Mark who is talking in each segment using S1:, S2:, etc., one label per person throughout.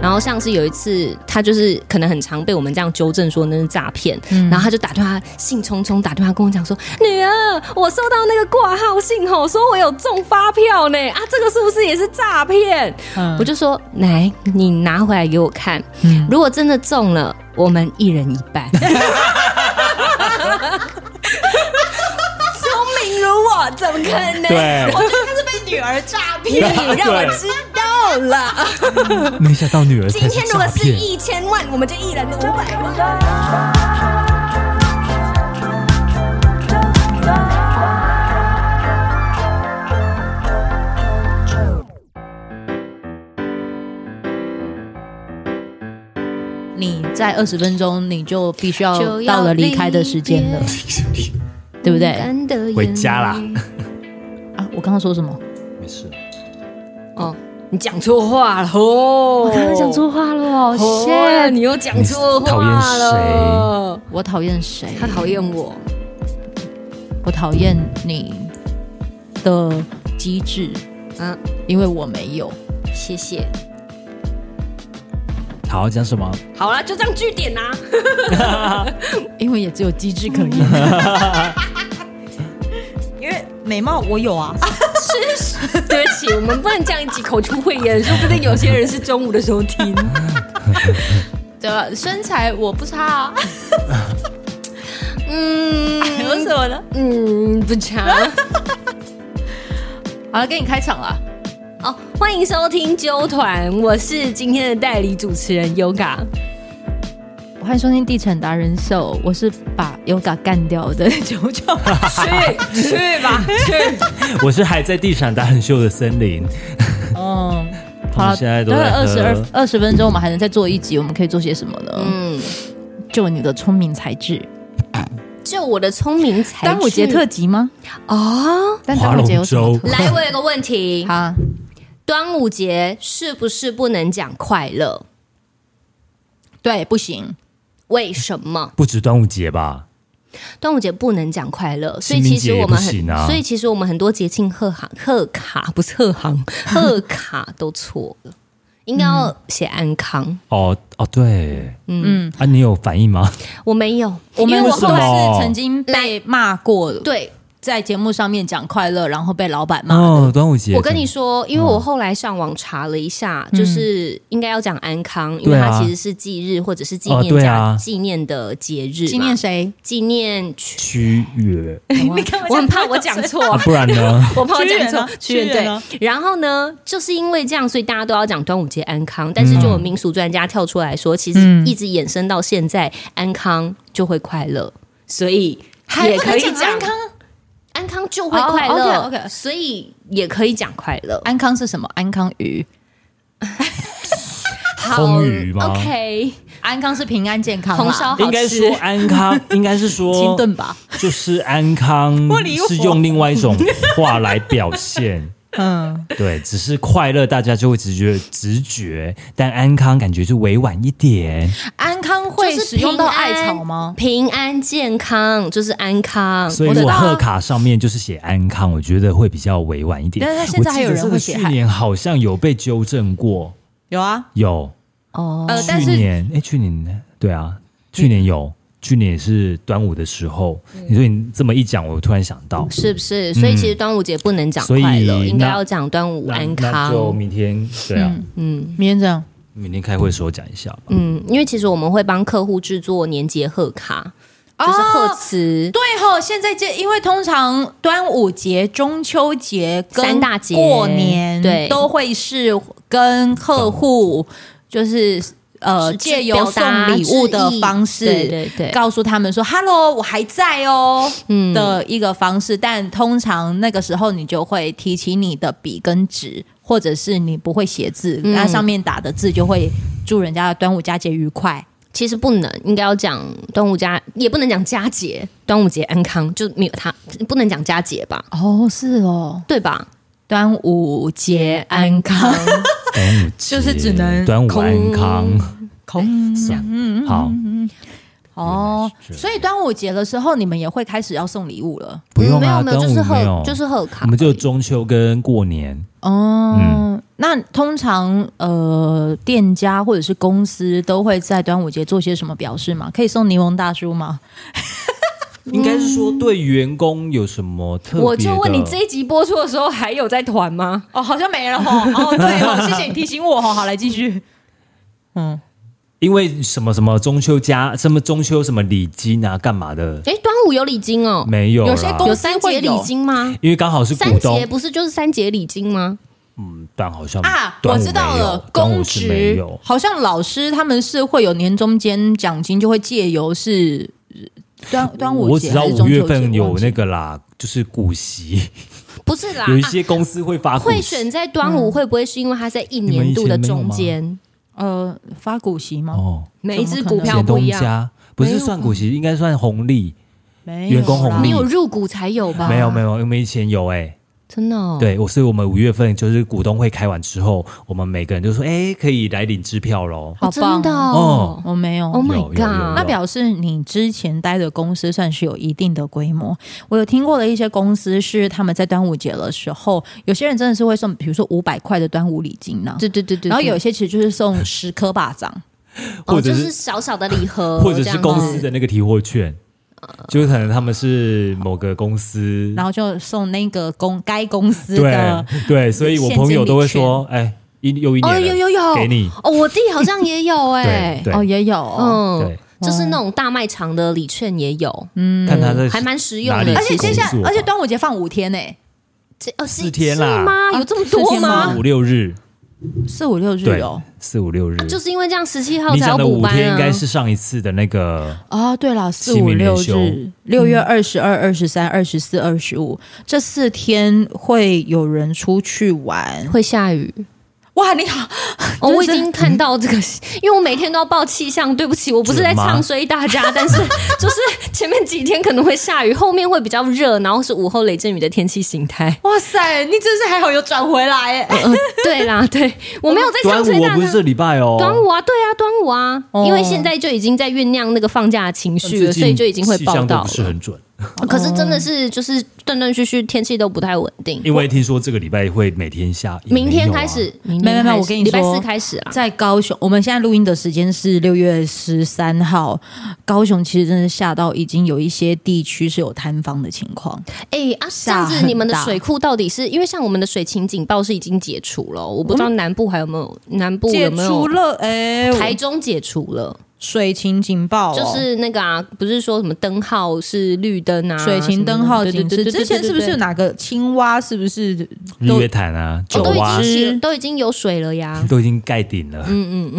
S1: 然后像是有一次，他就是可能很常被我们这样纠正说那是诈骗，然后他就打电话兴冲冲打电话跟我讲说：“女儿，我收到那个挂号信吼，说我有中发票呢，啊，这个是不是也是诈骗？”
S2: 嗯
S1: 我就说：“来，你拿回来给我看，如果真的中了，我们一人一半。”
S3: 聪明如我，怎么可能？
S4: 对
S3: 我真的是被女儿诈骗，
S4: 对
S3: 你让我知道了。
S4: 没想到女儿
S3: 今
S4: 才
S3: 天
S4: 是
S3: 如果
S4: 诈
S3: 是
S4: 骗。
S3: 一千万，我们就一人五百万。
S2: 你在二十分钟你就必须要到了离嗯开的时间了，对不对？
S4: 回家啦，
S2: 啊，我刚刚说什么？
S4: 没事，
S1: 哦，你讲错话了哦！我
S2: 我刚刚讲错话了哦，
S1: 哦，
S2: 谢
S1: 你又讲错
S4: 讨厌
S1: 话了。
S2: 我讨厌谁？
S1: 他讨厌我，
S2: 我讨厌你的机智，
S1: 嗯，
S2: 因为我没有。
S1: 谢谢。
S4: 好讲什么？
S1: 好了，就这样据点啊啦、
S2: 因为也只有机智 可言。
S3: 因为美貌我有啊，
S1: 对不起，我们不能这样一起口出秽言，说不定有些人是中午的时候听。
S2: 对吧？身材我不差啊，
S1: 嗯
S2: 有什么呢？
S1: 嗯，不差。
S2: 好了，给你开场了。
S1: 哦，欢迎收听纠团，我是今天的代理主持人 Yoga。
S2: 欢迎收听《地产达人秀》，我是把 Yoga 干掉的 九九。
S1: 去去吧，去。
S4: 我是还在地产达人秀的森林，
S2: 嗯，
S4: 他们现在都在
S2: 二十二
S4: 喝
S2: 二十分钟，我们还能再做一集，我们可以做些什么呢？
S1: 嗯，
S2: 就你的聪明才智，
S1: 就我的聪明才智。
S2: 端午节特辑吗？
S1: 哦，
S2: 但
S4: 划
S2: 端午节有
S4: 龙
S2: 什么
S4: 舟
S2: 特？
S1: 来，我有个问题。
S2: 好啊，
S1: 端午节是不是不能讲快乐？
S2: 对，不行，
S1: 为什么
S4: 不止端午节吧？
S1: 端午节不能讲快 乐？所以
S4: 清
S1: 其
S4: 明
S1: 实
S4: 节
S1: 我
S4: 也不
S1: 们很，
S4: 行啊
S1: 所以其实我们很多节庆贺行、贺卡不是贺 行、贺卡都错了，应该要写安康。
S4: 哦哦，对
S2: 嗯，
S4: 啊，你有反应吗？
S1: 我没有，
S2: 我
S1: 因
S2: 们
S1: 为我
S4: 为什
S2: 后
S1: 后
S4: 么
S1: 来
S2: 来是曾经被骂过，
S1: 对
S2: 在节目上面讲快乐，然后被老板骂。
S4: 哦，端午节，
S1: 我跟你
S4: 嗯
S1: 说，因为我后来上网查了一下，就是应该要讲安康，因为
S4: 对
S1: 它
S4: 啊
S1: 其实是忌日或者是纪
S4: 哦
S1: 念
S4: 对
S1: 假、
S4: 啊
S1: 纪念的节日嘛，
S2: 纪念谁？
S1: 纪念区。
S4: 屈原
S2: 你看
S1: 我很怕我讲错、
S4: 啊，不然呢？
S1: 我怕我讲
S2: 屈原
S1: 错
S2: 啊，
S1: 屈
S2: 屈
S1: 原
S2: 原啊
S1: 对。然后呢，就是因为这样，所以大家都要讲端午节安康，但是就有民俗专家跳出来说，其实
S2: 嗯
S1: 一直衍生到现在，安康就会快乐，所以也可以
S2: 安康，
S1: 安康就会快乐、
S2: 哦，OK，OK 啊
S1: 所以也可以讲快乐。
S2: 安康是什么？安康鱼，
S4: 风雨吗
S1: o k
S2: 安康是平安健康啦，
S1: 红烧好吃
S4: 应该说安康，应该是
S2: 清
S4: 说
S2: 炖吧？
S4: 就是安康
S2: 不理我
S4: 是用另外一种话来表现。
S2: 嗯，
S4: 对，只是快乐大家就会直觉直觉，但安康感觉就委婉一点，
S2: 安康会
S1: 就是
S2: 使用到
S1: 平安
S2: 艾草吗？
S1: 平安健康就是安康，
S4: 所以
S2: 我知
S4: 我
S2: 道啊
S4: 贺卡上面就是写安康，我觉得会比较委婉一点。
S2: 但是现在还有人会
S4: 我
S2: 写
S4: 记得这个去年好像有被纠正过，
S2: 有啊，
S4: 有
S1: 哦。
S2: 呃，但
S4: 去
S2: 是
S4: 年哎、去年对啊，去年有，去年也是端午的时候。
S2: 嗯
S4: 你说你这么一讲，我突然想到，
S1: 是不是？所以其实端午节不能讲
S4: 嗯所以
S1: 快乐，
S4: 那
S1: 应该要讲端午
S4: 那
S1: 安
S4: 那就
S1: 康。
S4: 明天对啊，
S1: 嗯
S2: 明天这样，
S4: 明天开会的时候讲一下 吧。
S1: 嗯，因为其实我们会帮客户制作年节贺卡，就是贺词。
S2: 对吼，现在这因为通常端午节、中秋节跟
S1: 三大节
S2: 过年
S1: 对
S2: 都会是跟客户就是呃
S1: 是
S2: 借由
S1: 表
S2: 送
S1: 达
S2: 礼物的
S1: 致意
S2: 方式，
S1: 对对对嗯
S2: 告诉他们说 “hello，我还在哦”的一个方式。但通常那个时候你就会提起你的笔跟纸，或者是你不会写字，
S1: 嗯
S2: 那上面打的字就会祝人家端午佳节愉快。
S1: 其实不能，应该要讲端午佳，也不能讲佳节，端午节安康就没有它，不能讲佳节吧，
S2: 哦，是哦，
S1: 对吧？
S2: 端午节安康。
S4: 端午节
S2: 就是只能
S4: 端午安康，
S2: 空嗯
S4: 算好，
S2: 哦，
S4: 原来是这样
S2: 所以端午节的时候，你们也会开始要送礼物了
S4: 不用
S1: 嗯没
S4: 啊，
S1: 有没有，
S4: 端
S1: 就
S4: 午
S1: 是
S4: 没有
S1: 贺，就是贺卡而已，
S4: 我们就中秋跟过年，
S2: 哦。那通常呃，店家或者是公司都会在端午节做些什么表示吗？可以送柠檬大叔吗？
S4: 应该是
S2: 嗯
S4: 说对员工有什么特别的？
S1: 我就问你，这一集播出的时候还有在团吗？
S2: 哦，好像没了哦。 哦，对哦，谢谢你提醒我哦。好，来继续。嗯，
S4: 因为什么什么中秋加什么中秋什么礼金啊，干嘛的？
S1: 哎，端午有礼金哦，
S4: 没有啦，
S2: 有些公
S1: 有
S2: 司
S1: 三节
S2: 会有
S1: 礼金吗？
S4: 因为刚好是股
S1: 三
S4: 东
S1: 节，不是就是三节礼金吗？
S4: 嗯，但好像
S2: 啊，
S4: 端
S2: 我
S4: 午
S2: 知道
S4: 没有
S2: 了，
S4: 端午
S2: 公
S4: 是没
S2: 职
S4: 有。
S2: 好像老师他们是会有年终间奖金，就会借由是呃端端午
S4: 我
S2: 节
S4: 只知道
S2: 还是
S4: 五
S2: 中
S4: 月
S2: 秋节
S4: 份有
S2: 忘记
S4: 那个啦，就是 股息，
S1: 不是啦，
S4: 有一
S1: 啊
S4: 些公司会发股
S1: 会
S4: 息
S1: 选在端午，会不会是因为它在一年度的中间，
S2: 呃发股息吗？
S4: 哦，
S1: 每一只
S2: 怎么可
S1: 股
S2: 能
S1: 票
S4: 前
S1: 不
S4: 东
S1: 一样？
S4: 家不
S2: 没
S4: 是
S2: 有
S4: 算
S2: 吧
S4: 股息，应该算红利。
S2: 没
S4: 员工红
S2: 啦
S4: 利
S1: 你有入股才有吧？
S4: 啊没有没有，我们以前有哎，
S1: 真的
S2: 嗯
S1: 哦。
S4: 对，我所以我们五月份就是股东会开完之后，我们每个人就说，哎，可以来领支票喽。
S1: 哦，
S2: 好棒
S1: 真的
S4: 哦
S1: 哦。
S2: 我没有。
S1: Oh
S4: 有
S1: my
S4: 有有
S1: god！
S4: 有
S2: 那表示你之前待的公司算是有一定的规模。我有听过的一些公司是他们在端午节的时候，有些人真的是会送，比如说五百块的端午礼金呢、
S1: 对对对对，
S2: 然后有
S1: 对
S2: 些其实就是送十颗巴掌，
S1: 哦，
S4: 或者
S1: 就是是小小的礼盒，
S4: 或
S1: 这
S4: 者是
S1: 样
S4: 公
S1: 子
S4: 司的那个提货券，就是可能他们是某个公司，
S2: 然后就送那个公该公司
S4: 对
S2: 的。
S4: 对，所以我朋友都会说，哎，一又一年
S1: 哦，
S4: 了
S1: 有有有，
S4: 给你，
S1: 哦，我弟好像也 有哎
S4: 对，对
S2: 哦，也有哦、
S1: 嗯
S4: 对，
S1: 就是那种大卖场的礼券也有，
S4: 看他在
S1: 嗯还蛮实用
S4: 哪里
S1: 的。
S2: 而且
S4: 是
S2: 接下
S4: 工作，吧
S2: 而且
S1: 啊
S2: 端午节放五天呢、
S1: 这哦是
S4: 四天啦
S1: 是吗？有这么
S2: 四
S1: 多
S2: 天
S1: 吗
S2: 吗？
S4: 五六日，
S2: 四五六日
S4: 对
S2: 哦。，
S4: 四五六日，
S1: 啊就是因为这样，十七号
S4: 你
S1: 才要
S4: 讲的
S1: 补
S4: 五
S1: 班
S4: 天应
S1: 啊
S4: 该。是上一次的那个，
S2: 哦，对了，四
S4: 清
S2: 五
S4: 明
S2: 六
S4: 连休
S2: 日，六月二十二、二十三、二十四、二十五这四天会有人出去玩。
S1: 会下雨
S2: 哇，你好，
S1: 哦！
S2: 真
S1: 我已
S2: 是
S1: 经看到这个，因为我每天都要报气象。对不起，我不是在
S4: 准吗
S1: 唱衰大家，但是 就是前面几天可能会下雨，后面会比较热，然后是午后雷阵雨的天气形态。
S2: 哇塞，你真是还好有转回来哎！
S1: 嗯，对啦，对我没有在
S4: 端
S1: 唱
S4: 午
S1: 衰
S4: 我
S1: 大
S4: 不是
S1: 家。
S4: 这礼拜哦，
S1: 端午啊，对啊，端午啊，
S2: 哦
S1: 因为现在就已经在酝酿那个放假的情绪了，
S4: 最近
S1: 所以就已经会
S4: 气
S1: 报
S4: 象都
S1: 道
S4: 不是
S1: 了。
S4: 很准，
S1: 可是真的是就是断断续续，天气都不太稳定。
S4: 因为听说这个礼拜会每天下，也
S1: 明天
S4: 没有啊
S1: 开始，明
S2: 没
S1: 天
S2: 有没
S1: 开
S2: 有
S1: 始
S2: 我跟你
S1: 礼拜
S2: 说
S1: 四开始啊。
S2: 在高雄，我们现在录音的时间是六月十三号，高雄其实真的下到已经有一些地区是有塌方的情况。
S1: 哎啊，这
S2: 下
S1: 样子你们的
S2: 很大
S1: 水库到底是因为像我们的水情警报是已经解除了，我不知道南部还有没有南部有没有。
S2: 了，哎
S1: 台中解除了，
S2: 水情警报、
S1: 就是那个啊，不是说什么灯号是绿灯啊，
S2: 水情灯号警
S1: 什么啊的
S2: 示。
S1: 对对对对对
S2: 之前是不是有哪个青蛙？是不是？
S4: 日月潭啊、九
S1: 对对对
S4: 啊
S1: 哦都已经都已经嗯有水了呀？
S4: 都已经盖顶了，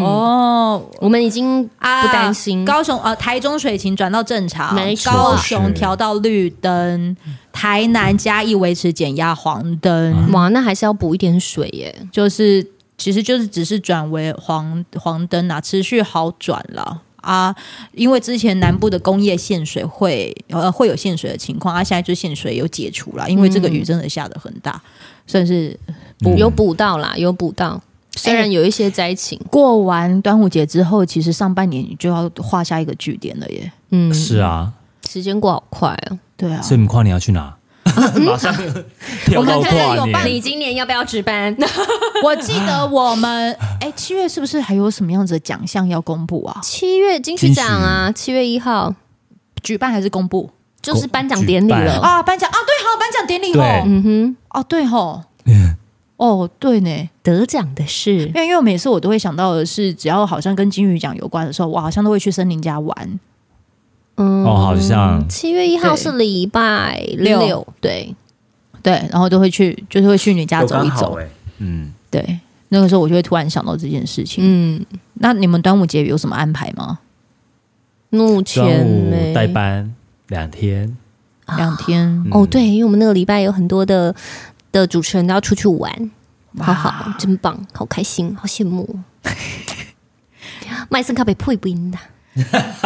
S2: 哦，
S1: 我们已经
S2: 啊
S1: 不担心。
S2: 高雄呃，台中水情转到正常，
S1: 没错
S2: 高雄调到绿灯，台南嘉义维持减压黄灯，
S1: 哇，那还是要补一点水耶。
S2: 就是其实就是只是转为黄黄灯啊，持续好转了。啊，因为之前南部的工业限水会呃会有限水的情况，啊，现在就限水有解除了，因为这个雨真的下的很大，算是
S1: 补有补到啦，有补到，
S2: 哎
S1: 虽然有一些灾情，
S2: 过完端午节之后，其实上半年就要画下一个句点了耶。
S1: 嗯，
S4: 是啊，
S1: 时间过好快啊。
S2: 对啊，
S4: 所以你们跨年要去哪？
S1: 嗯
S4: 马上跳到跨
S1: 你
S4: 年，
S1: 今年要不要值班？
S2: 我记得我们哎，七月是不是还有什么样子的奖项要公布啊？
S1: 七月金曲奖啊，七月一号
S2: 举办还是公布
S1: 就是颁奖典礼
S4: 哦举办
S1: 了。
S2: 啊？颁奖啊，对，好，颁奖典礼
S4: 对
S2: 哦，
S1: 嗯哼，
S2: 哦，对吼，哦，对呢，
S1: 得奖的是
S2: 因为因为我每次我都会想到的是，只要好像跟金鱼奖有关的时候，我好像都会去森林家玩。
S1: 嗯
S4: 哦，好像
S1: 七月一号是礼拜
S2: 六
S1: 六，对，
S2: 对，然后都会去，就是会去你家走一走。
S4: 哎，嗯，
S2: 对，那个时候我就会突然想到这件事情。
S1: 嗯，
S2: 那你们端午节有什么安排吗？
S1: 目
S4: 端
S1: 前
S4: 午
S1: 没
S4: 代班 两天，
S2: 两天，
S1: 哦，对，因为我们那个礼拜有很多的的主持人都要出去玩，好好，真棒，好开心，好羡 慕。麦森咖啡配不赢的，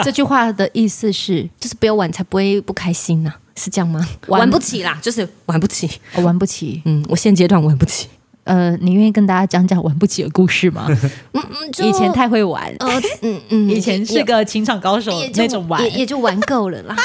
S2: 这句话的意思是、
S1: 就是不要玩才不会不开心呐、是这样吗？
S2: 玩
S1: 玩不起啦，就是玩不起。
S2: 哦玩不起。
S1: 嗯，我现阶段玩不起。
S2: 呃，你愿意跟大家讲讲玩不起的故事 吗？
S1: 嗯，就
S2: 以前太会玩，
S1: 呃，嗯嗯，
S2: 以前是个情场高手
S1: 也也就
S2: 那种玩
S1: 也。也就玩够了啦。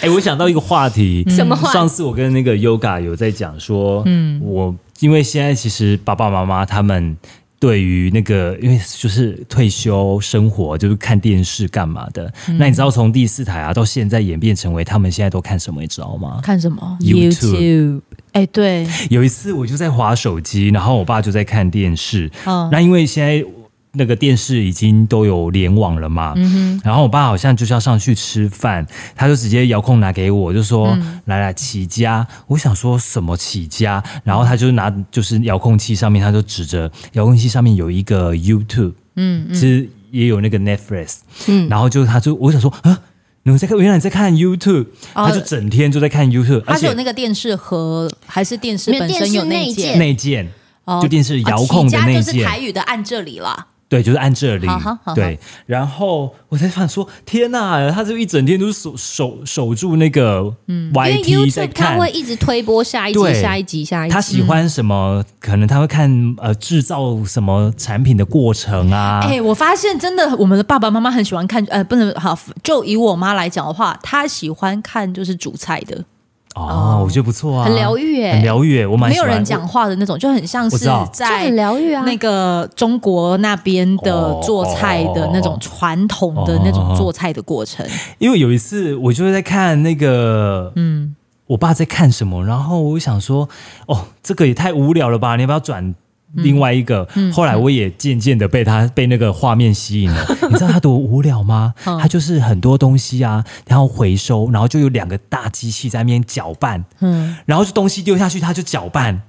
S4: 哎，我想到一个话题，
S1: 什么话
S4: 上次我跟那个 Yoga 有在讲说，嗯，我因为现在其实爸爸妈妈他们对于那个，因为就是退休生活，就是看电视干嘛的。
S1: 嗯
S4: 那你知道从第四台啊到现在演变成为他们现在都看什么，你知道吗？
S2: 看什么
S4: YouTube
S2: 哎、 对，
S4: 有一次我就在划手机，然后我爸就在看电视。
S2: 嗯
S4: 那因为现在那个电视已经都有联网了嘛，
S2: 嗯
S4: 然后我爸好像就是要上去吃饭，他就直接遥控拿给我，就说：“
S2: 嗯
S4: 来来，起家。”我想说什么起家，然后他就拿就是遥控器上面，他就指着遥控器上面有一个 YouTube，嗯，其实也有那个 Netflix，嗯，然后就他就我想说啊。你们在看，原来你在看 YouTube，、
S2: 哦
S4: 他就整天就在看 YouTube，而
S2: 它是
S4: 且
S2: 有那个电视盒，还是电视
S1: 没有
S2: 本身
S1: 电视
S2: 有内
S1: 内
S2: 建
S1: 建？
S4: 内建，
S2: 哦
S4: 就电视遥控的
S2: 啊
S4: 内
S2: 起家就是
S4: 建，
S2: 台语的按这里啦。
S4: 对，就是按这里
S2: 好好好
S4: 对，然后我才想说，天呐，他就一整天都是守守守住那个
S1: 因为
S4: YT 在
S1: YouTube 它
S4: 看。
S1: 会一直推播下一集、
S4: 对
S1: 下一集、
S2: 嗯
S1: 下一
S4: 他
S1: 集。
S4: 喜欢什么？可能他会看呃制造什么产品的过程啊。
S2: 哎、我发现真的，我们的爸爸妈妈很喜欢看，呃，不能好，就以我妈来讲的话，她喜欢看就是煮菜的，
S4: 哦，我觉得不错啊，
S1: 很疗愈欸
S4: 很疗愈欸。我蛮
S2: 没
S4: 喜
S2: 有
S4: 欢
S2: 人讲话的那种，就很像
S4: 我
S2: 是
S4: 知道
S1: 就
S2: 在
S1: 很疗愈啊
S2: 那个中国那边的
S4: 哦
S2: 做菜的那种传统的那种做菜的过
S1: 哦
S2: 程。
S4: 因为有一次我就是在看那个，嗯，我爸在看什么，然后我想说，哦，这个也太无聊了吧，你要不要转？另外一个，
S1: 嗯
S4: 后来我也渐渐的被他被那个画面吸 引了。你知道他多无聊吗？
S1: 嗯
S4: 他就是很多东西啊，然后回收，然后就有两个大机器在那边搅拌，
S2: 嗯，
S4: 然后就东西丢下去，他就搅拌，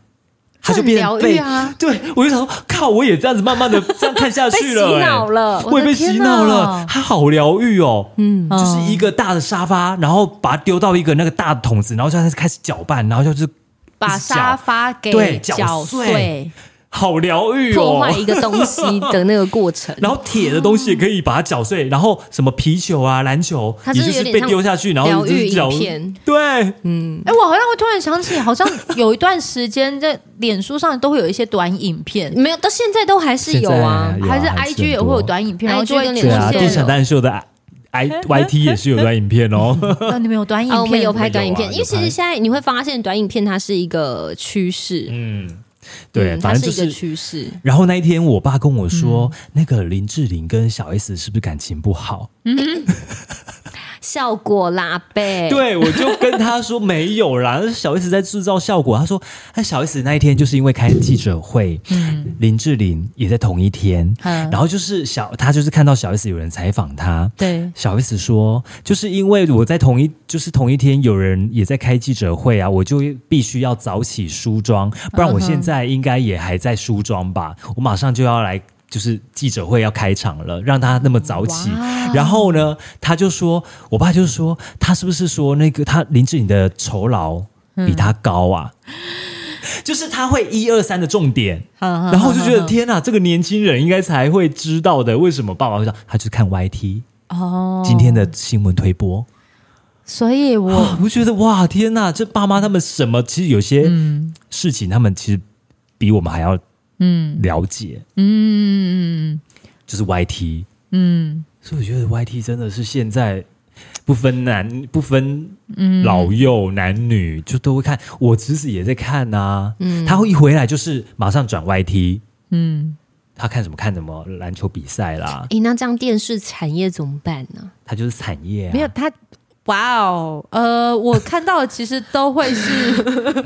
S4: 他就变
S1: 这很疗
S4: 被
S1: 愈啊
S4: 对我就想说，靠，我也这样子慢慢的这样看下去了、
S1: 被洗
S4: 哎
S1: 脑了
S4: 我也被洗
S2: 我
S4: 脑
S2: 的天
S4: 了
S2: 哪，
S4: 他好疗愈哦，嗯，
S2: 嗯
S4: 就是一个大的沙发，然后把它丢到一个那个大的桶子，然后就开始搅拌，然后就是
S2: 把沙发给
S4: 对
S2: 搅
S4: 搅
S2: 碎
S4: 碎，好疗愈
S1: 破
S4: 哦，
S1: 坏。一个东西的那个过程
S4: 然后铁的东西也可以把它搅碎，然后什么皮球啊、篮球，
S1: 它
S4: 也
S1: 就
S4: 就是是
S1: 有点
S4: 被
S1: 像
S4: 丢下去，然后
S1: 疗
S4: 就
S1: 愈
S4: 是搅
S1: 影片嗯
S4: 对，
S2: 哎、我好像会突然想起，好像有一段时间在脸书上都会有一些短影 片，
S1: 没有到现在都还是有啊
S4: 现。在有啊
S2: 还是
S4: 还是
S2: IG 也
S4: 很
S2: 会
S4: 多
S2: 有短影片，然后
S1: IG
S2: 就会
S1: 跟
S2: 出
S1: 脸
S4: 对啊，
S1: 出
S4: 地
S1: 现
S2: 现
S1: 了
S4: 产蛋秀的 I YT 也是有
S1: 嗯
S4: 段影片哦。
S2: 哦，你们有短影
S1: 啊，
S2: 片，
S1: 我们有拍
S4: 有
S1: 短影片，
S4: 啊
S1: 因为其
S4: 有
S1: 实
S4: 拍
S1: 现在你会发现短影片它是一个趋势，
S4: 嗯，对，
S1: 嗯
S4: 反
S1: 它
S4: 正
S1: 是
S4: 就
S1: 一个嗯
S4: 是。
S1: 趋势。
S4: 然后那一天，我爸跟我说，那个林志玲跟小 S 是不是感情不好？
S1: 效果拉贝，，
S4: 对，我就跟他说没有啦，那是小 S 在制造效果。他说，那小 S 那一天就是因为开记者会，林志玲也在同一天，
S2: 嗯
S4: 然后就是小他就是看到小 S 有人采访他，
S2: 对，
S4: 小 S 说，就是因为我在同一就是同一天有人也在开记者会啊，我就必须要早起梳妆，不然我
S2: 嗯
S4: 现在应该也还在梳妆吧，我马上就要来。就是记者会要开场了，让他那么早起，
S2: 哦
S4: 然后呢，他就说，我爸就说，他是不是说那个他林志颖的酬劳比
S2: 嗯
S4: 他高啊？就是他会一二三的重点，
S2: 嗯
S4: 然后我就觉得天哪，这个年轻人应该才会知道的，为什么爸爸会这样？他就是看 YT，
S2: 哦，
S4: 今天的新闻推播，
S2: 所 以我
S4: 啊我觉得哇，天呐，这爸妈他们什么？其实有些事情，他们其实比我们还要嗯了解，嗯，就是 YT，嗯，所以我觉得 YT 真的是现在。不分男不分老幼男女，就都会看。我侄子也在看呐、嗯，他会一回来就是马上转 YT，
S2: 嗯，
S4: 他看什么看什么篮球比赛啦，
S1: 诶，那这样电视产业怎么办呢？
S4: 他就是产业、啊。
S2: 没有他。哇哦，呃，我看到的其实都会 是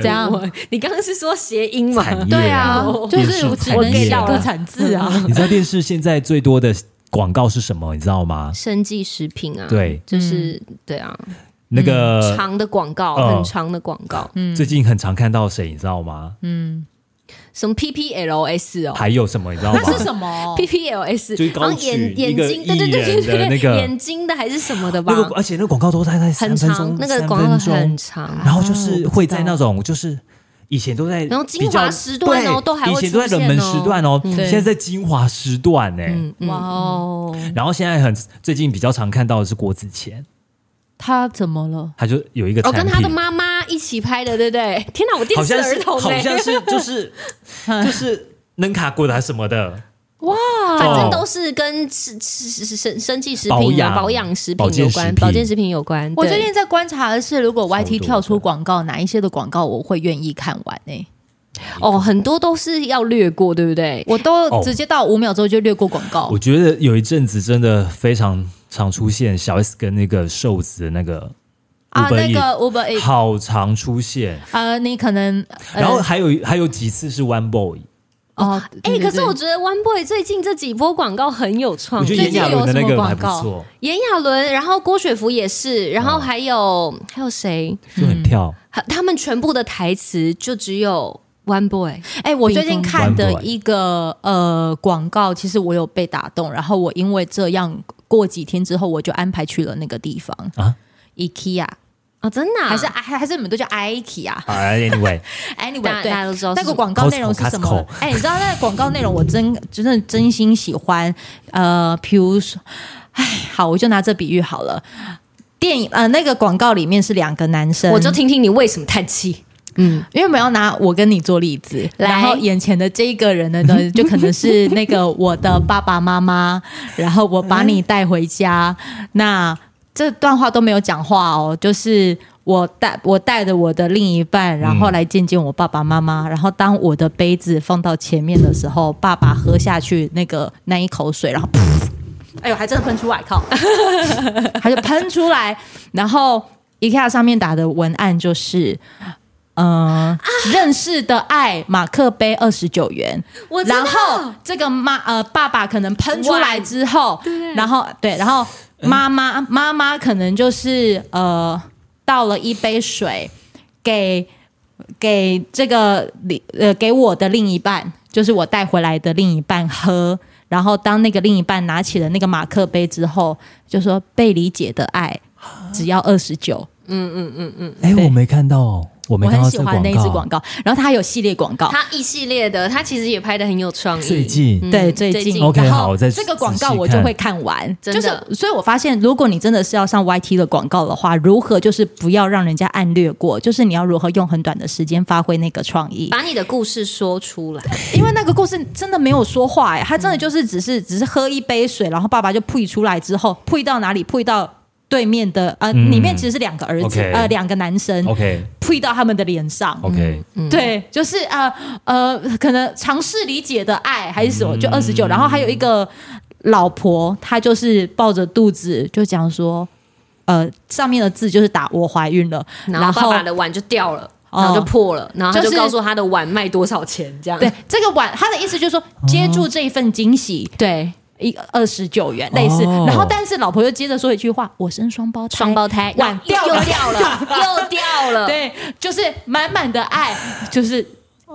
S2: 怎样？
S1: 我啊你刚刚是说谐音嘛？
S4: 啊产业、
S2: 对啊，就
S4: 电
S2: 是
S4: 视
S2: 我只
S4: 产
S2: 能
S4: 业
S2: 写
S4: 啊
S2: 个惨字啊。
S4: 你知道电视现在最多的广告是什么？你知道吗？
S1: 生计食品啊，
S4: 对，
S1: 就是对啊，
S4: 那个、
S1: 嗯长嗯的广告，
S4: 呃
S1: 很长的广告，
S4: 最近很常看到谁？你知道吗？
S1: 嗯什么 PPLS 哦。
S4: 还有什么？你知道吗？
S2: 那是什 么？
S1: PPLS，
S4: 哦就是高
S1: 好像
S4: 举
S1: 眼眼
S4: 一个
S1: 睛，对对
S4: 艺
S1: 对对
S4: 人的
S1: 对，
S4: 那个
S1: 眼睛的还是什么的吧
S4: 那，个，而且那个广告都大概
S1: 很
S4: 三分
S1: 长
S4: 钟，，
S1: 那个
S4: 三
S1: 广告
S4: 分钟
S1: 很长，嗯
S4: 然后就是会在那种就是。以前都在比较，
S1: 然后精华时段哦
S4: 对
S1: 都还会
S4: 以前都在冷门时段哦，现在在精华时段呢、
S1: 嗯嗯
S2: 哇哦，
S4: 然后现在很最近比较常看到的是郭子乾，
S2: 他怎么了？
S4: 他就有一个
S1: 哦，
S4: 产品，
S1: 跟他的妈妈一起拍的，对不对？天哪，我电
S4: 好
S1: 视
S4: 像
S1: 儿
S4: 是
S1: 童
S4: 好
S1: 哎、
S4: 像是就是 就是能卡过的还是什么的，哦
S1: 反正都是跟吃吃吃生生计食
S4: 保
S1: 品啊、
S4: 养
S1: 保养食
S4: 保
S1: 品
S4: 健
S1: 有
S4: 食
S1: 关，
S4: 品
S1: 保健食品有关。
S2: 我
S1: 对
S2: 最近在观察的是，如果
S4: 超多
S2: YT
S4: 的
S2: 跳出广告，哪一些的广告我会愿意看完呢？欸
S1: 哦，很多都是要略过，对不对？
S2: 我都
S4: 哦
S2: 直接到五秒之后就略过广告
S4: 我。觉得有一阵子真的非常常出现小 S 跟那个瘦子的那个
S2: 啊，
S4: Uber
S2: 那
S4: Eats
S2: 个 Uber Eats
S4: 好常出现，
S2: 呃，你可能，呃
S4: 然后还有还有几次是 One Boy，
S2: 哦，
S1: 哎、
S2: 对对
S1: 可是
S2: 对
S1: 我觉得 One Boy 最近这几波广告很有创
S4: 我觉
S1: 意。
S4: 得
S2: 嗯
S4: 炎
S2: 最近
S4: 亚纶的那
S2: 有什
S4: 个
S2: 么
S4: 还不
S2: 广告
S4: 错，哦
S1: 炎亚纶，然后郭雪芙也是，然后还有、还有谁？
S2: 嗯
S4: 就很跳。
S1: 还他们全部的台词就只有 One Boy。
S2: 哎、我最近看
S4: 冰
S2: 的
S4: 封
S2: 一个呃广告，其实我有被打动，然后我因为这样，过几天之后我就安排去了那个地方
S4: 啊
S2: 啊，IKEA，、
S1: 哦，真的啊、
S2: 还是还还是你们都叫 IKEA？Anyway，、
S4: 好 anyway，
S1: 大
S2: 对
S1: 大家都知道是
S2: 那个广告内容是什
S4: Costco，Costco
S2: 么？哎、你知道那个广告内容，我真真的真心喜欢。呃，比如说，哎，好，我就拿这比喻好了。电影呃，那个广告里面是两个男生，
S1: 我就听听你为什么叹气。嗯，
S2: 因为我们要拿我跟你做例子，
S1: 来
S2: 然后眼前的这一个人呢，呢就可能是那个我的爸爸妈妈，然后我把你带回家，那这段话都没有讲话哦，就是。我带我带着我的另一半，然后来见见我爸爸妈妈。然后当我的杯子放到前面的时候，爸爸喝下去那个那一口水，然后噗，哎呦，还真的喷出来， 靠！他就喷出来，然后 IKEA 上面打的文案就是。嗯、认识的爱马克杯二十九元，
S1: 我知道
S2: 然后这个妈呃爸爸可能喷出来之后，然后对，然后妈妈妈妈可能就是呃倒了一杯水给给这个另呃给我的另一半，就是我带回来的另一半喝。然后当那个另一半拿起了那个马克杯之后，就说被理解的爱只要二十九。
S4: 哎，
S2: 对
S4: 我没看到哦，我没
S2: 我
S4: 看
S2: 很
S4: 到
S2: 喜
S4: 这个
S2: 欢那一支广告，然后它还有系列广告。
S1: 他一系列的，他其实也拍的很有创意。
S4: 最近
S2: 对，
S1: 嗯
S2: 最
S1: 最近
S2: 近
S4: OK，
S2: 然
S4: 好
S2: 后
S4: 我再
S2: 这个广告
S4: 仔细
S2: 我就
S4: 看
S2: 会看完，
S1: 真
S2: 就是
S1: 的
S2: 所以我发现，如果你真的是要上 YT 的广告的话，如何就是不要让人家按略过，就是你要如何用很短的时间发挥那个创意，
S1: 把你的故事说出来，
S2: 因为那个故事真的没有说话哎、他真的就是只是只是喝一杯水，然后爸爸就呸出来之后，呸到哪里？呸到对面的呃，
S4: 嗯
S2: 里面其实是两个儿子
S4: OK 哦
S2: 呃，两个男生
S4: OK
S2: 呸到他们的脸上，
S4: OK，
S1: 嗯
S2: 对，就是呃呃，可能尝试理解的爱还是什么，
S1: 嗯
S2: 就二十九，然后还有一个老婆，她就是抱着肚子就讲说，呃，上面的字就是打我怀孕了，
S1: 然后爸爸的碗就掉了，然后就破了，然后他就
S2: 哦就是
S1: 告诉他的碗卖多少钱，这样
S2: 对这个碗，她的意思就是说
S1: 哦
S2: 接住这一份惊喜。
S1: 对，
S2: 一二十九元类似，
S4: 哦
S2: 然后但是老婆又接着说一句话：“我生双胞胎，
S1: 双胞胎
S2: 哎碗掉
S1: 又
S2: 了，
S1: 掉了，又掉了，
S2: 对，就是满满的爱，就是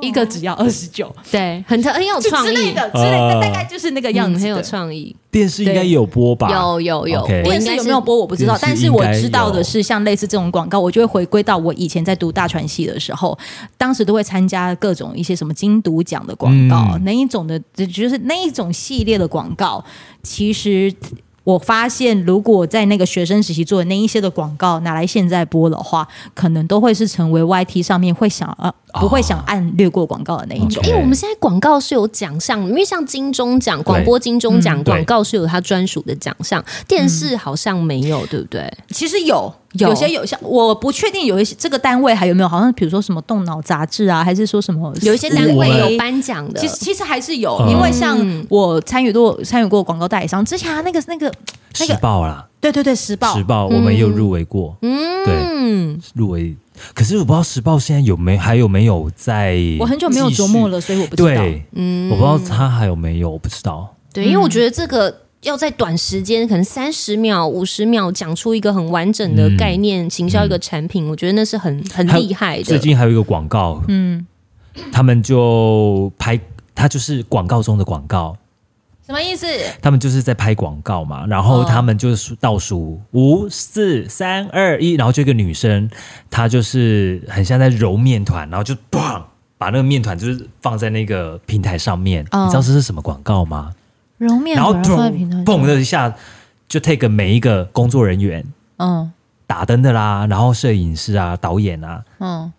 S2: 一个只要二十九
S1: 对，很特很有创
S2: 之类
S1: 意，
S2: 的之类的，
S4: 哦
S2: 大概就是那个
S1: 嗯
S2: 样子的，
S1: 很有创意，
S4: 电视应该也有播吧？
S1: 有有有
S4: OK
S1: 我
S2: 电
S1: 应
S2: 视
S1: 该
S2: 有没有播我不知道，
S4: 电视
S2: 但是我
S4: 应该
S2: 知道的
S4: 有
S2: 是，像类似这种广告，我就会回归到我以前在读大传系的时候，当时都会参加各种一些什么金读奖的广告，
S4: 嗯
S2: 那一种的，就是那一种系列的广告，其实。我发现，如果在那个学生时期做的那一些的广告拿来现在播的话，可能都会是成为 YT 上面会想呃不会
S4: 哦
S2: 想按略过广告的那一种。
S1: 因为
S4: OK
S1: 我们现在广告是有奖项的，因为像金钟奖、广播金钟奖，
S4: 对
S1: 广告是有它专属的奖项，电
S2: 嗯
S1: 视好像没有，对不对？
S2: 其实有
S1: 有
S2: 些有像我不确定有一些这个单位还有没有，好像比如说什么动脑杂志啊，还是说什么
S1: 有一些单
S4: 我
S1: 位
S4: 们
S1: 有颁奖的，
S2: 其实其实还是有，
S4: 嗯
S2: 因为像我参与过参与过广告代理商，之前啊那个那个那
S4: 时
S2: 个，
S4: 报啦，
S2: 对对对，时报嗯
S4: 时报我们也有入围过，对，
S1: 嗯，
S4: 入围。可是我不知道时报现在有没还有没有在，
S2: 我很久没有琢磨。了，所以我不知道。
S4: 对，嗯，我不知道他还有没有，我不知道。
S1: 对，因
S2: 嗯
S1: 为我觉得这个。要在短时间，可能三十秒、五十秒讲出一个很完整的概念，行销一个产品，我觉得那是很很
S4: 嗯还有
S1: 厉害的
S4: 最。近还有一个广告，嗯，他们就拍，他就是广告中的广告，
S2: 什么意思？
S4: 他们就是在拍广告嘛，然
S2: 哦
S4: 后他们就是倒数五、四、三、二、一，然后这个女生她就是很像在揉面团，然后就砰把那个面团就是放在那个平台上面，
S2: 哦
S4: 你知道这是什么广告吗？
S2: 揉面
S4: 然后
S2: 团放在平台
S4: 砰
S2: 上
S4: 砰的一下就 take 每一个工作人员
S2: 嗯
S4: 打灯的啦，然后摄影师啊、导演啊，
S2: 嗯，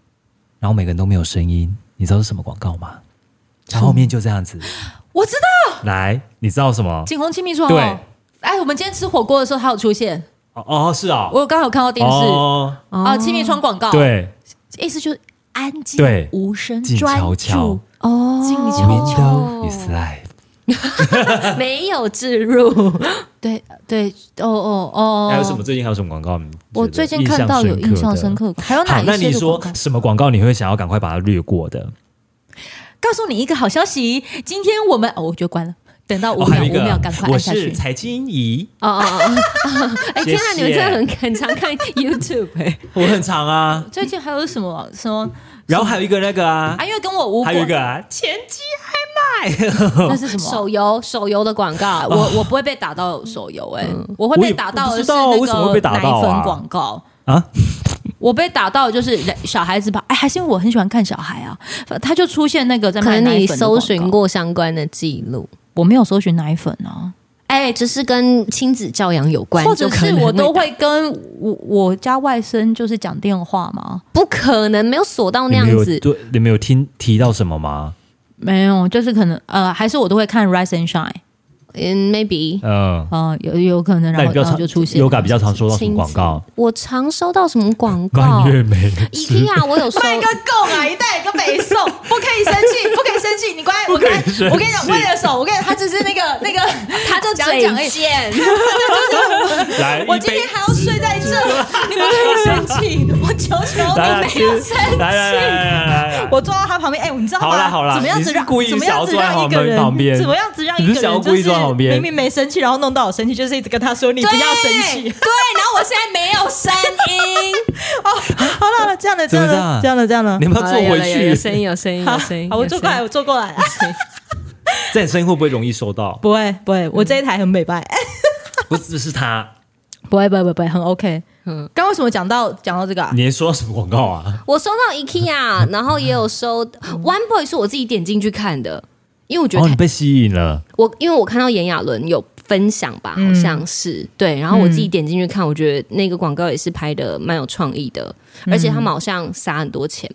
S4: 然后每个人都没有声音，你知道是什么广告吗？它后面就这样子，
S2: 我知道，
S4: 来，你知道什么？
S2: 景洪亲密说
S4: 对
S2: 哦，哎，我们今天吃火锅的时候他有出现，
S4: 哦哦，是啊、
S2: 我有刚好看到电视
S4: 哦，
S2: 啊，亲密窗广告，，
S4: 对。
S2: 意思就是安静、
S4: 对
S2: 无声、
S4: 静
S2: 专
S4: 悄悄
S2: 注。
S1: 哦，
S2: 静悄悄
S4: ，Window is life。
S1: 没有置入，
S2: 对对，哦哦哦，
S4: 还有什么？最近还有什么广告？你觉得
S2: 我最近看到有印象深刻
S4: 的
S2: 还有哪
S4: 好
S2: 一，些
S4: 那你
S2: 的
S4: 说
S2: 广告
S4: 什么广告你会想要赶快把它略过的？
S2: 告诉你一个好消息，今天我们哦，我就关了。等到五
S4: 哦还
S2: 秒，
S4: 有一
S2: 五
S4: 个
S2: 秒，赶快
S4: 我
S2: 按下
S4: 是
S2: 去。
S4: 财经仪，
S1: 哦哦哦， 哎、
S4: 谢谢
S1: 天啊，你们真的很很常看 YouTube 哎、
S4: 我很长啊。
S2: 最近还有什么什么
S4: 然后还有一个那个
S3: 哎
S4: 啊
S2: 啊？，因为跟我无
S4: 还
S2: 关，
S4: 有一个啊，前妻还卖。
S2: 那是什么？哦
S1: 手游手游的广告，
S4: 啊
S2: 我我不会被打到手游，哎，我会
S4: 我
S2: 被
S4: 也
S2: 打到
S4: 嗯我
S2: 的
S4: 不
S2: 是
S4: 知道
S2: 那
S4: 为什么会被
S2: 个
S4: 打
S2: 奶
S4: 到啊
S2: 粉广告
S4: 啊。
S2: 我被打到的就是人小孩子吧，哎，还是因为我很喜欢看小孩啊，他就出现那个在
S1: 可
S2: 卖
S1: 能
S2: 奶粉
S1: 你
S2: 的广
S1: 搜
S2: 告
S1: 寻，过相关的记录，
S2: 我没有搜寻奶粉啊，
S1: 哎、只是跟亲子教养有关，
S2: 或者
S1: 就可
S2: 是
S1: 能
S2: 我都会跟我我家外甥就是讲电话嘛，
S1: 不可能没有锁到那
S4: 你
S1: 样
S4: 们有
S1: 子，
S4: 对，你们有听提到什么吗？
S2: 没有，就是可能呃，还是我都会看 Rise and Shine，
S1: 嗯，maybe。
S4: 嗯，
S2: 呃，有有可能
S4: 那
S2: 然
S4: 你
S2: 后
S4: 比较
S2: 然后
S4: 常
S2: 就出现
S4: 有感比较常收到什
S1: 亲
S4: 么
S1: 子
S4: 广告？？
S1: 我常收到什么广告
S4: 蔓越莓汁，
S1: ？IKEA 我有收，
S3: 卖个购买一袋一个北宋，不可以生气，不可以生气，你乖，我跟
S4: 不可以生气
S3: 哎我 跟你讲，为了手，我跟你讲，他只是那个那个，
S1: 他就
S3: 讲讲而
S1: 嘴
S3: 已
S1: 贱，
S4: 来，
S3: 我
S4: 一
S3: 今
S4: 杯
S3: 天还要睡在这，你不可以生气，我求求
S4: 来来
S3: 你没有生
S4: 来来来
S3: 气。
S4: 来来来，
S3: 我坐到他旁边，哎、你知道吗？
S4: 好啦好啦
S3: 怎么样
S4: 你
S3: 子
S4: 是
S3: 让
S4: 故意
S3: 怎么
S4: 想
S3: 样
S4: 要
S3: 子
S4: 坐在
S3: 让一
S4: 旁
S3: 个
S4: 边
S3: 人
S4: 旁边
S3: 怎么样子让
S4: 你
S3: 一
S4: 是
S3: 个人
S4: 想要
S3: 就
S4: 故意坐在旁边
S3: 明明没生气，然后弄到我生气，就是一直跟他说你不要生
S1: 对，
S3: 气。
S1: 然后我现在没有声音，
S3: 好了好了，这样的这
S4: 怎么
S3: 样的
S4: 这
S3: 这
S4: 样
S3: 样的这样 的
S4: 你，们要
S1: 好
S4: 坐
S1: 了
S3: 哎
S1: 有
S4: 回
S1: 了有了有
S4: 去，
S1: 声音，有声音，有声音。
S3: 好，我坐过
S1: 有
S3: 来，
S1: 声音
S3: 我坐过来，
S4: 这点声音会不会容易收到？
S3: 不会不会，我这一台很美白。
S4: 不只是他，
S2: 不会不会不会，很 OK。
S1: 嗯
S2: 嗯，刚为什么讲到讲到这个、啊？
S4: 你还收到什么广告啊？
S1: 我收到 IKEA，然后也有收 One Boy，是我自己点进去看的，因为我觉
S4: 哦，
S1: 得
S4: 你
S1: 太
S4: 被吸引了，
S1: 我因为我看到炎亚纶有分享吧，好
S4: 嗯
S1: 像是对，然后我自己点进去看，我觉得那个广告也是拍的蛮有创意的，而且他们好像撒很多钱，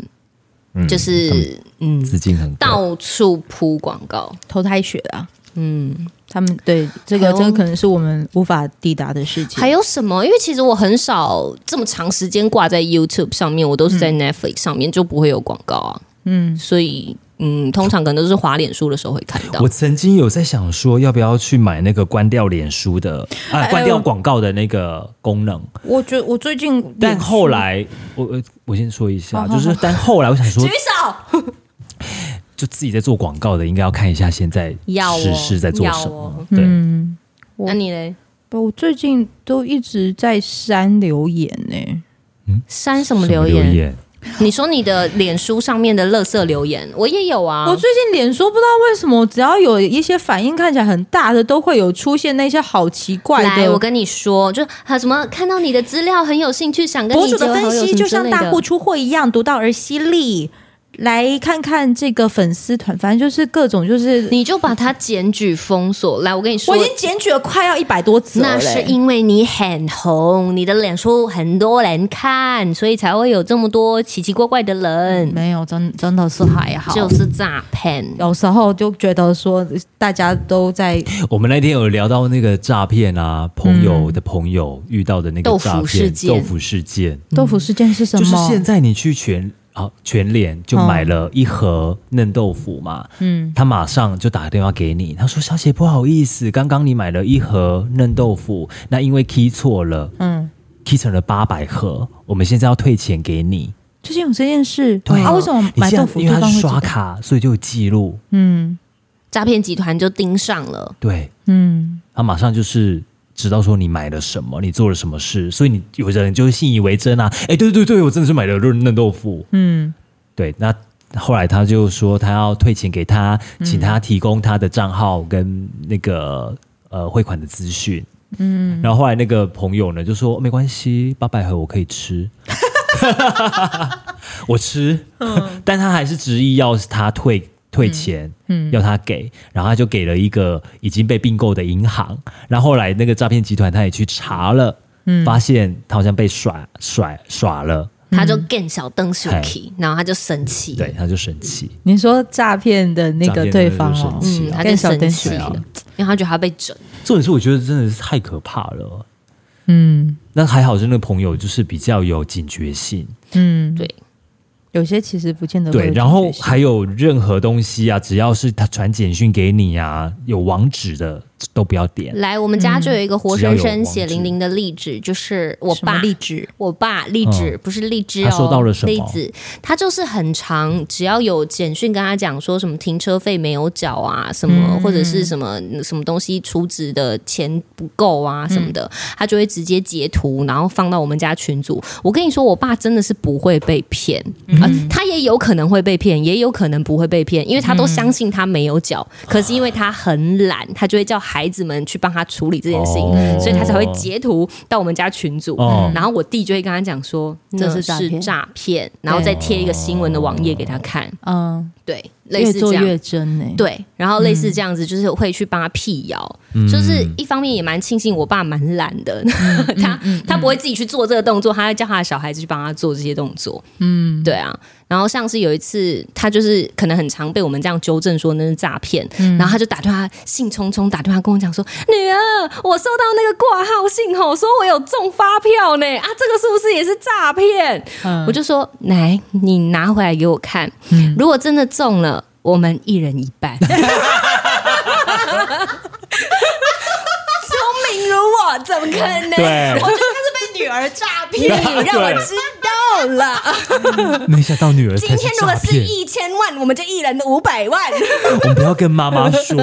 S4: 嗯
S1: 就是嗯，
S4: 资金很高。
S1: 到处铺广告，
S2: 投胎学啊，
S1: 嗯。
S2: 他们对这
S1: 还
S2: 个
S1: 有
S2: 这个可能是我们无法抵达的事情。
S1: 还有什么？因为其实我很少这么长时间挂在 YouTube 上面，我都是
S4: 嗯
S1: 在 Netflix 上面，就不会有广告啊。嗯，所以嗯，通常可能都是滑脸书的时候会看到
S4: 我。曾经有在想说，要不要去买那个关掉脸书的啊，
S1: 呃
S4: 关掉广告的那个功能。
S2: 我觉得我最近，
S4: 但后来，我我我先说一下，就是但后来我想说，
S1: 手
S4: 就自己在做广告的，应该要看一下现在
S1: 要哦
S4: 实施在做
S1: 要
S4: 什么
S1: 哦。
S4: 对，
S2: 嗯，我
S1: 那你嘞？
S2: 我最近都一直在删留言呢、
S1: 删什么
S4: 什
S1: 留
S4: 么留
S1: 言？
S4: 言？
S1: 你说你的脸书上面的垃圾留言，我也有啊。
S2: 我最近脸书不知道为什么，只要有一些反应看起来很大的，都会有出现那些好奇怪
S1: 来，
S2: 的
S1: 我跟你说，就啊什么看到你的资料很有兴趣，想跟
S2: 博
S1: 你
S2: 主的
S1: 结为
S2: 分
S1: 好友
S2: 析，
S1: 什么
S2: 就
S1: 之
S2: 像
S1: 类
S2: 大
S1: 的
S2: 户出货一样，独到而犀利。来看看这个粉丝团，反正就是各种就是，
S1: 你就把它检举封锁。来，我跟你说，
S2: 我已经检举了快要一百多则了、
S1: 那是因为你很红，你的脸书很多人看，所以才会有这么多奇奇怪怪的
S4: 嗯
S1: 人，
S2: 没有，真真的是还好。
S1: 就是诈骗。
S2: 嗯有时候就觉得说，大家都在
S4: 我们那天有聊到那个诈骗啊，朋友的朋友遇到的那
S1: 嗯豆
S4: 个
S1: 腐
S4: 诈
S1: 事
S4: 骗
S1: 件
S4: 豆腐事件，
S2: 豆腐事件是什
S4: 就是
S2: 么？
S4: 现在你去全啊全联
S1: 嗯
S4: 就买了一盒嫩豆腐嘛，
S2: 嗯，
S4: 他马上就打个电话给你，他说：“小姐，不好意思，刚刚你买了一盒嫩豆腐，那因为 key 错了，嗯，key 成了八百盒，我们现在要退钱给你。
S2: 最近有这件事，
S4: 对
S2: 啊，为什么
S4: 你
S2: 买
S4: 这
S2: 豆
S4: 样
S2: 腐
S4: 因
S2: 对
S4: 为他
S2: 方
S4: 是
S2: 会知
S4: 刷
S2: 道？
S4: 卡，所以就有记录。
S2: 嗯
S1: 诈骗集团就盯上了，
S4: 对，
S2: 嗯，
S4: 他马上就是知道说你买了什么，你做了什么事，所以你有的人就会信以为真啊。哎，对对对，我真的是买了嫩嫩豆腐。
S2: 嗯，
S4: 对，那后来他就说他要退钱给他，请他提供他的账号跟那个呃汇款的资讯。嗯，然后后来那个朋友呢就说哦没关系，八百盒我可以吃，我吃，
S2: 嗯
S4: 但他还是执意要他退退钱。
S2: 嗯
S4: 要他给，然后他就给了一个已经被并购的银行，然后后来那个诈骗集团他也去查了，
S2: 嗯
S4: 发现他好像被耍甩耍了，
S1: 他就更小邓秀 k 然后他就生气，
S4: 嗯对，他就生气。
S2: 你说诈骗的那个对方
S4: 诈
S2: 哦
S4: 骗的那个，
S1: 嗯，
S4: 是啊
S1: 他就
S2: 跟小
S1: 生
S2: 灯
S1: 气
S2: 是
S1: 了
S2: 啊，
S1: 因为他觉得他被整。
S4: 重点是我觉得真的是太可怕了。
S2: 嗯
S4: 那还好是那个朋友就是比较有警觉性，
S2: 嗯，
S1: 对
S2: 有些其实不见得会
S4: 对，
S2: 有
S4: 然后
S2: 警觉性
S4: 还有任何东西啊，只要是他传简讯给你啊，有网址的都不要点。
S1: 来，我们家就有一个活
S4: 只要
S1: 生
S4: 有
S1: 生
S4: 网
S1: 血
S4: 址
S1: 淋淋的例子，就是我
S2: 什么
S1: 爸
S2: 例纸
S1: 我爸荔枝、不是荔枝哦，
S4: 嗯他收到了什么
S1: 栗子，他就是很长，只要有简讯跟他讲说什么停车费没有缴啊，什么、或者是什么什么东西储值的钱不够啊什么的，他就会直接截图，然后放到我们家群组。我跟你说，我爸真的是不会被骗啊、他也有可能会被骗，也有可能不会被骗，因为他都相信他没有缴，可是因为他很懒，他就会叫孩子们去帮他处理这件事情，
S4: 哦
S1: 所以他才会截图到我们家群组。
S4: 哦
S1: 然后我弟就会跟他讲说
S2: 这
S1: 那
S2: 是诈骗
S1: 诈骗，然后再贴一个新闻的网页给他看，
S2: 嗯，
S1: 对，类
S2: 越
S1: 似这
S2: 做
S1: 样。
S2: 越嗯真欸呢、
S1: 对，然后类似这样子，就是会去帮他辟谣，就是一方面也蛮庆幸我爸蛮懒的，他、他不会自己去做这个动作，他会叫他的小孩子去帮他做这些动作，嗯，对啊。然后像是有一次，他就是可能很常被我们这样纠正说那是诈骗，然后他就打电话兴冲冲打电话跟我讲说，女儿，我收到那个挂号信吼，说我有中发票呢，啊，这个是不是也是诈骗？
S2: 嗯
S1: 我就说来，你拿回来给我看，如果真的中了，我们一人一半。
S3: 聪明如我，怎么可能？
S4: 对
S3: 我觉得他是被女儿诈骗。
S4: 对
S1: 让我知道了。
S4: 没想到女儿
S3: 今
S4: 才
S3: 天如果
S4: 诈
S3: 是
S4: 骗，
S3: 一千万，我们就一人五百万。
S4: 我们不要跟妈妈 说。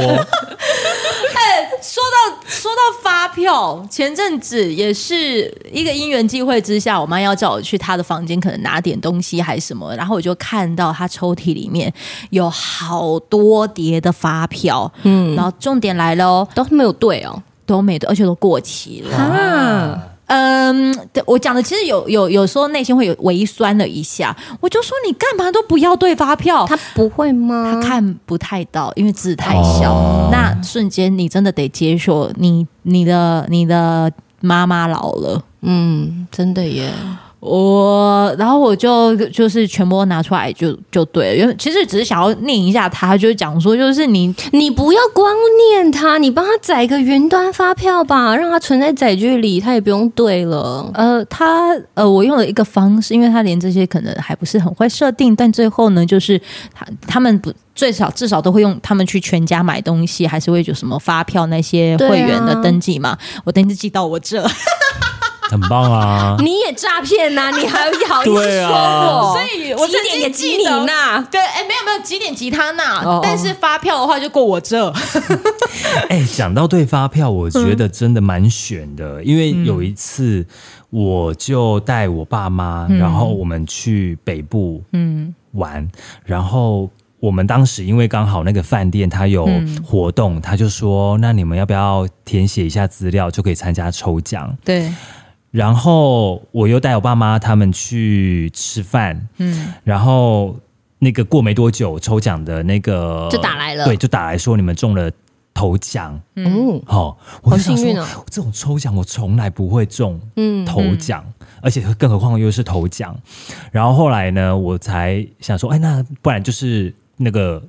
S2: 说到说到发票，前阵子也是一个因缘际会之下，我妈要叫我去她的房间，可能拿点东西还是什么，然后我就看到她抽屉里面有好多叠的发票，嗯，然后重点来了哦，
S1: 都没有对哦，
S2: 都没的，而且都过期了。
S1: 啊，
S2: 嗯，对我讲的其实有有有时候内心会有微酸了一下，我就说你干嘛都不要对发票，
S1: 他不会吗
S2: 他？看
S1: 嗯
S2: 不太到，因为字太小。
S4: 哦
S2: 那瞬间你真的得接受你你的你的妈妈老了。
S1: 嗯，真的耶，
S2: 我，然后我就就是全部都拿出来就就对了，因为其实只是想要念一下他，就是讲说就是你
S1: 你不要光念他，你帮他载个云端发票吧，让他存在载具里，他也不用对了。
S2: 呃，他呃，我用了一个方式，因为他连这些可能还不是很会设定，但最后呢，就是他他们不最少至少都会用他们去全家买东西，还是会有什么发票那些
S1: 对啊
S2: 会员的登记嘛，我登记到我这，
S4: 很棒 啊！
S1: 你也诈骗
S3: 啊
S1: 呐！你还好意思
S4: 对
S1: 说
S4: 啊
S1: 我？
S2: 所以我
S1: 几
S2: 曾
S1: 点
S2: 经
S1: 也
S2: 记
S1: 记你
S2: 得
S1: 呐？
S2: 对，哎，没有没有，几点吉他那，
S1: 哦
S2: 但是发票的话就过我这，
S4: 哎、讲到对发票，我觉得真的蛮选的，因为有一次我就带我爸妈，然后我们去北部
S2: 嗯
S4: 玩，然后。我们当时因为刚好那个饭店它有活动，他就说：“那你们要不要填写一下资料就可以参加抽奖？”
S2: 对，
S4: 然后我又带我爸妈他们去吃饭，
S2: 嗯，
S4: 然后那个过没多久抽奖的那个
S1: 就打来了
S4: 对，就打来说你们中了头奖，
S1: 嗯，
S4: 哦，我就想
S1: 幸
S4: 说
S1: 运哦
S4: 这种抽奖我从来不会中，
S1: 嗯
S4: 嗯，头奖，而且更何况又是头奖。然后后来呢，我才想说，哎，那不然就是那个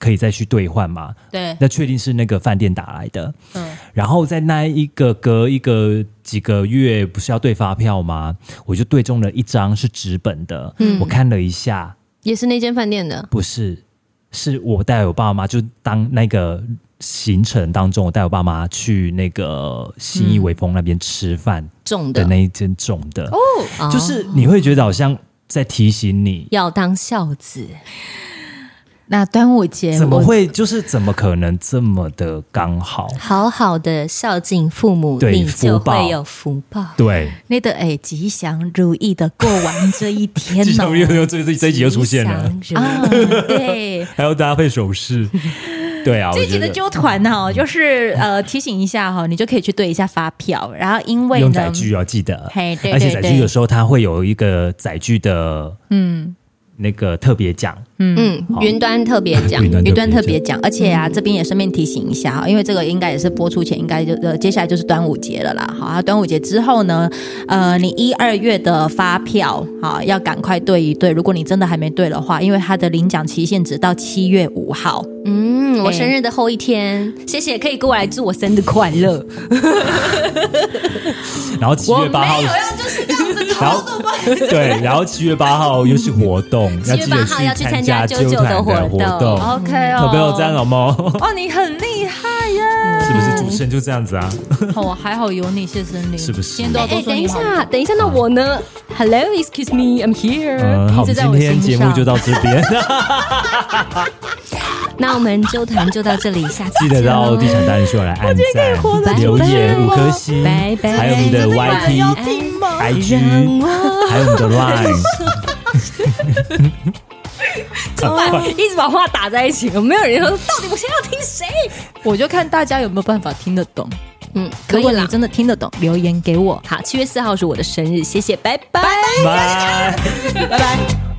S4: 可以再去兑换嘛？
S2: 对
S4: 那确定是那个饭店打来的，
S2: 嗯
S4: 嗯。然后在那一个隔一个几个月，不是要兑发票吗？我就对中了一张是纸本的，我看了一下，
S1: 也是那间饭店的，
S4: 不是，是我带我爸妈，就当那个行程当中，我带我爸妈去那个新义微风那边吃饭
S1: 中
S4: 的
S1: 的
S4: 那一间种的，
S1: 嗯哦
S4: 就是你会觉得好像在提醒你，
S1: 要当孝子。
S2: 那端午节
S4: 怎么
S2: 哎我
S4: 会就是怎么可能这么的刚好？
S1: 好好的孝敬父母，
S4: 对
S1: 你就
S4: 福报
S1: 会有福报。
S4: 对，
S2: 你的哎吉祥如意的过完这一 天
S4: 就
S2: 呢、
S4: 像又又这这这一集又出现了，
S1: 吉祥如意
S2: 啊，对。
S4: 还要搭配首饰，对啊，
S2: 这
S4: 我
S2: 一集
S4: 觉
S2: 的
S4: 得
S2: 纠团呢、
S4: 嗯
S2: 就是呃提醒一下哈、你就可以去对一下发票，然后因为
S4: 用载
S2: 呢，
S4: 具要记得，
S2: 嘿对
S4: 而且
S2: 对
S4: 载
S2: 对
S4: 具有时候它会有一个载具的
S2: 嗯
S4: 那个特别奖，
S1: 嗯，云端特别奖，
S4: 云端
S2: 云端特
S4: 特
S2: 别
S4: 别嗯
S2: 奖，而且啊，这边也顺便提醒一下哈，因为这个应该也是播出前，应该就呃，接下来就是端午节了啦。好，啊，端午节之后呢，呃，你一二月的发票好要赶快对一对，如果你真的还没对的话，因为它的领奖期限只到七月五 号。
S1: 嗯，我
S2: 哎
S1: 生日的后一天，谢谢可以过来祝我生日快乐。
S4: 然后七月八号
S3: 没有要就是这样子
S4: 然后对，然后七月八号又是活动， 要记得
S1: 7月8号要去
S4: 参
S1: 参加
S4: 纠
S1: 纠
S4: 的
S1: 的活
S4: 动，
S1: 动
S2: ，OK
S4: 有没有这样好吗？
S2: 哦，你很厉害耶！
S4: 是不是主持人就这样子啊？
S2: 我哦还好有你，谢森林，
S4: 是不是
S2: 今天都要
S1: 哎、
S2: 多说
S1: 等一
S2: 你好。
S1: 下，等一下，那我呢？Hello，excuse me，I'm here、
S4: 啊嗯，好，
S1: 一直在
S4: 今
S1: 我
S4: 天
S1: 心
S4: 节目
S1: 上
S4: 就到这边，
S1: 那我们纠团就到这里，下次
S4: 记得
S1: 见
S4: 到
S1: 哦
S4: 地产达人秀来按赞、留
S1: 出
S4: 言
S1: 来
S4: 五颗星，
S1: 拜拜
S4: 还有你的
S1: 真的有
S4: YT、
S1: 让
S4: IG，
S1: 我
S4: 还有你的 Line，
S1: 突然一直把话打在一起，有没有人说到底我现在要听谁？
S2: 我就看大家有没有办法听得懂。
S1: 嗯，可
S2: 如
S1: 以
S2: 果你
S1: 啦。
S2: 真的听得懂，留言给我。
S4: 哎
S1: 好，七月四号是我的生日，谢谢，拜拜
S4: 拜。
S2: 拜拜。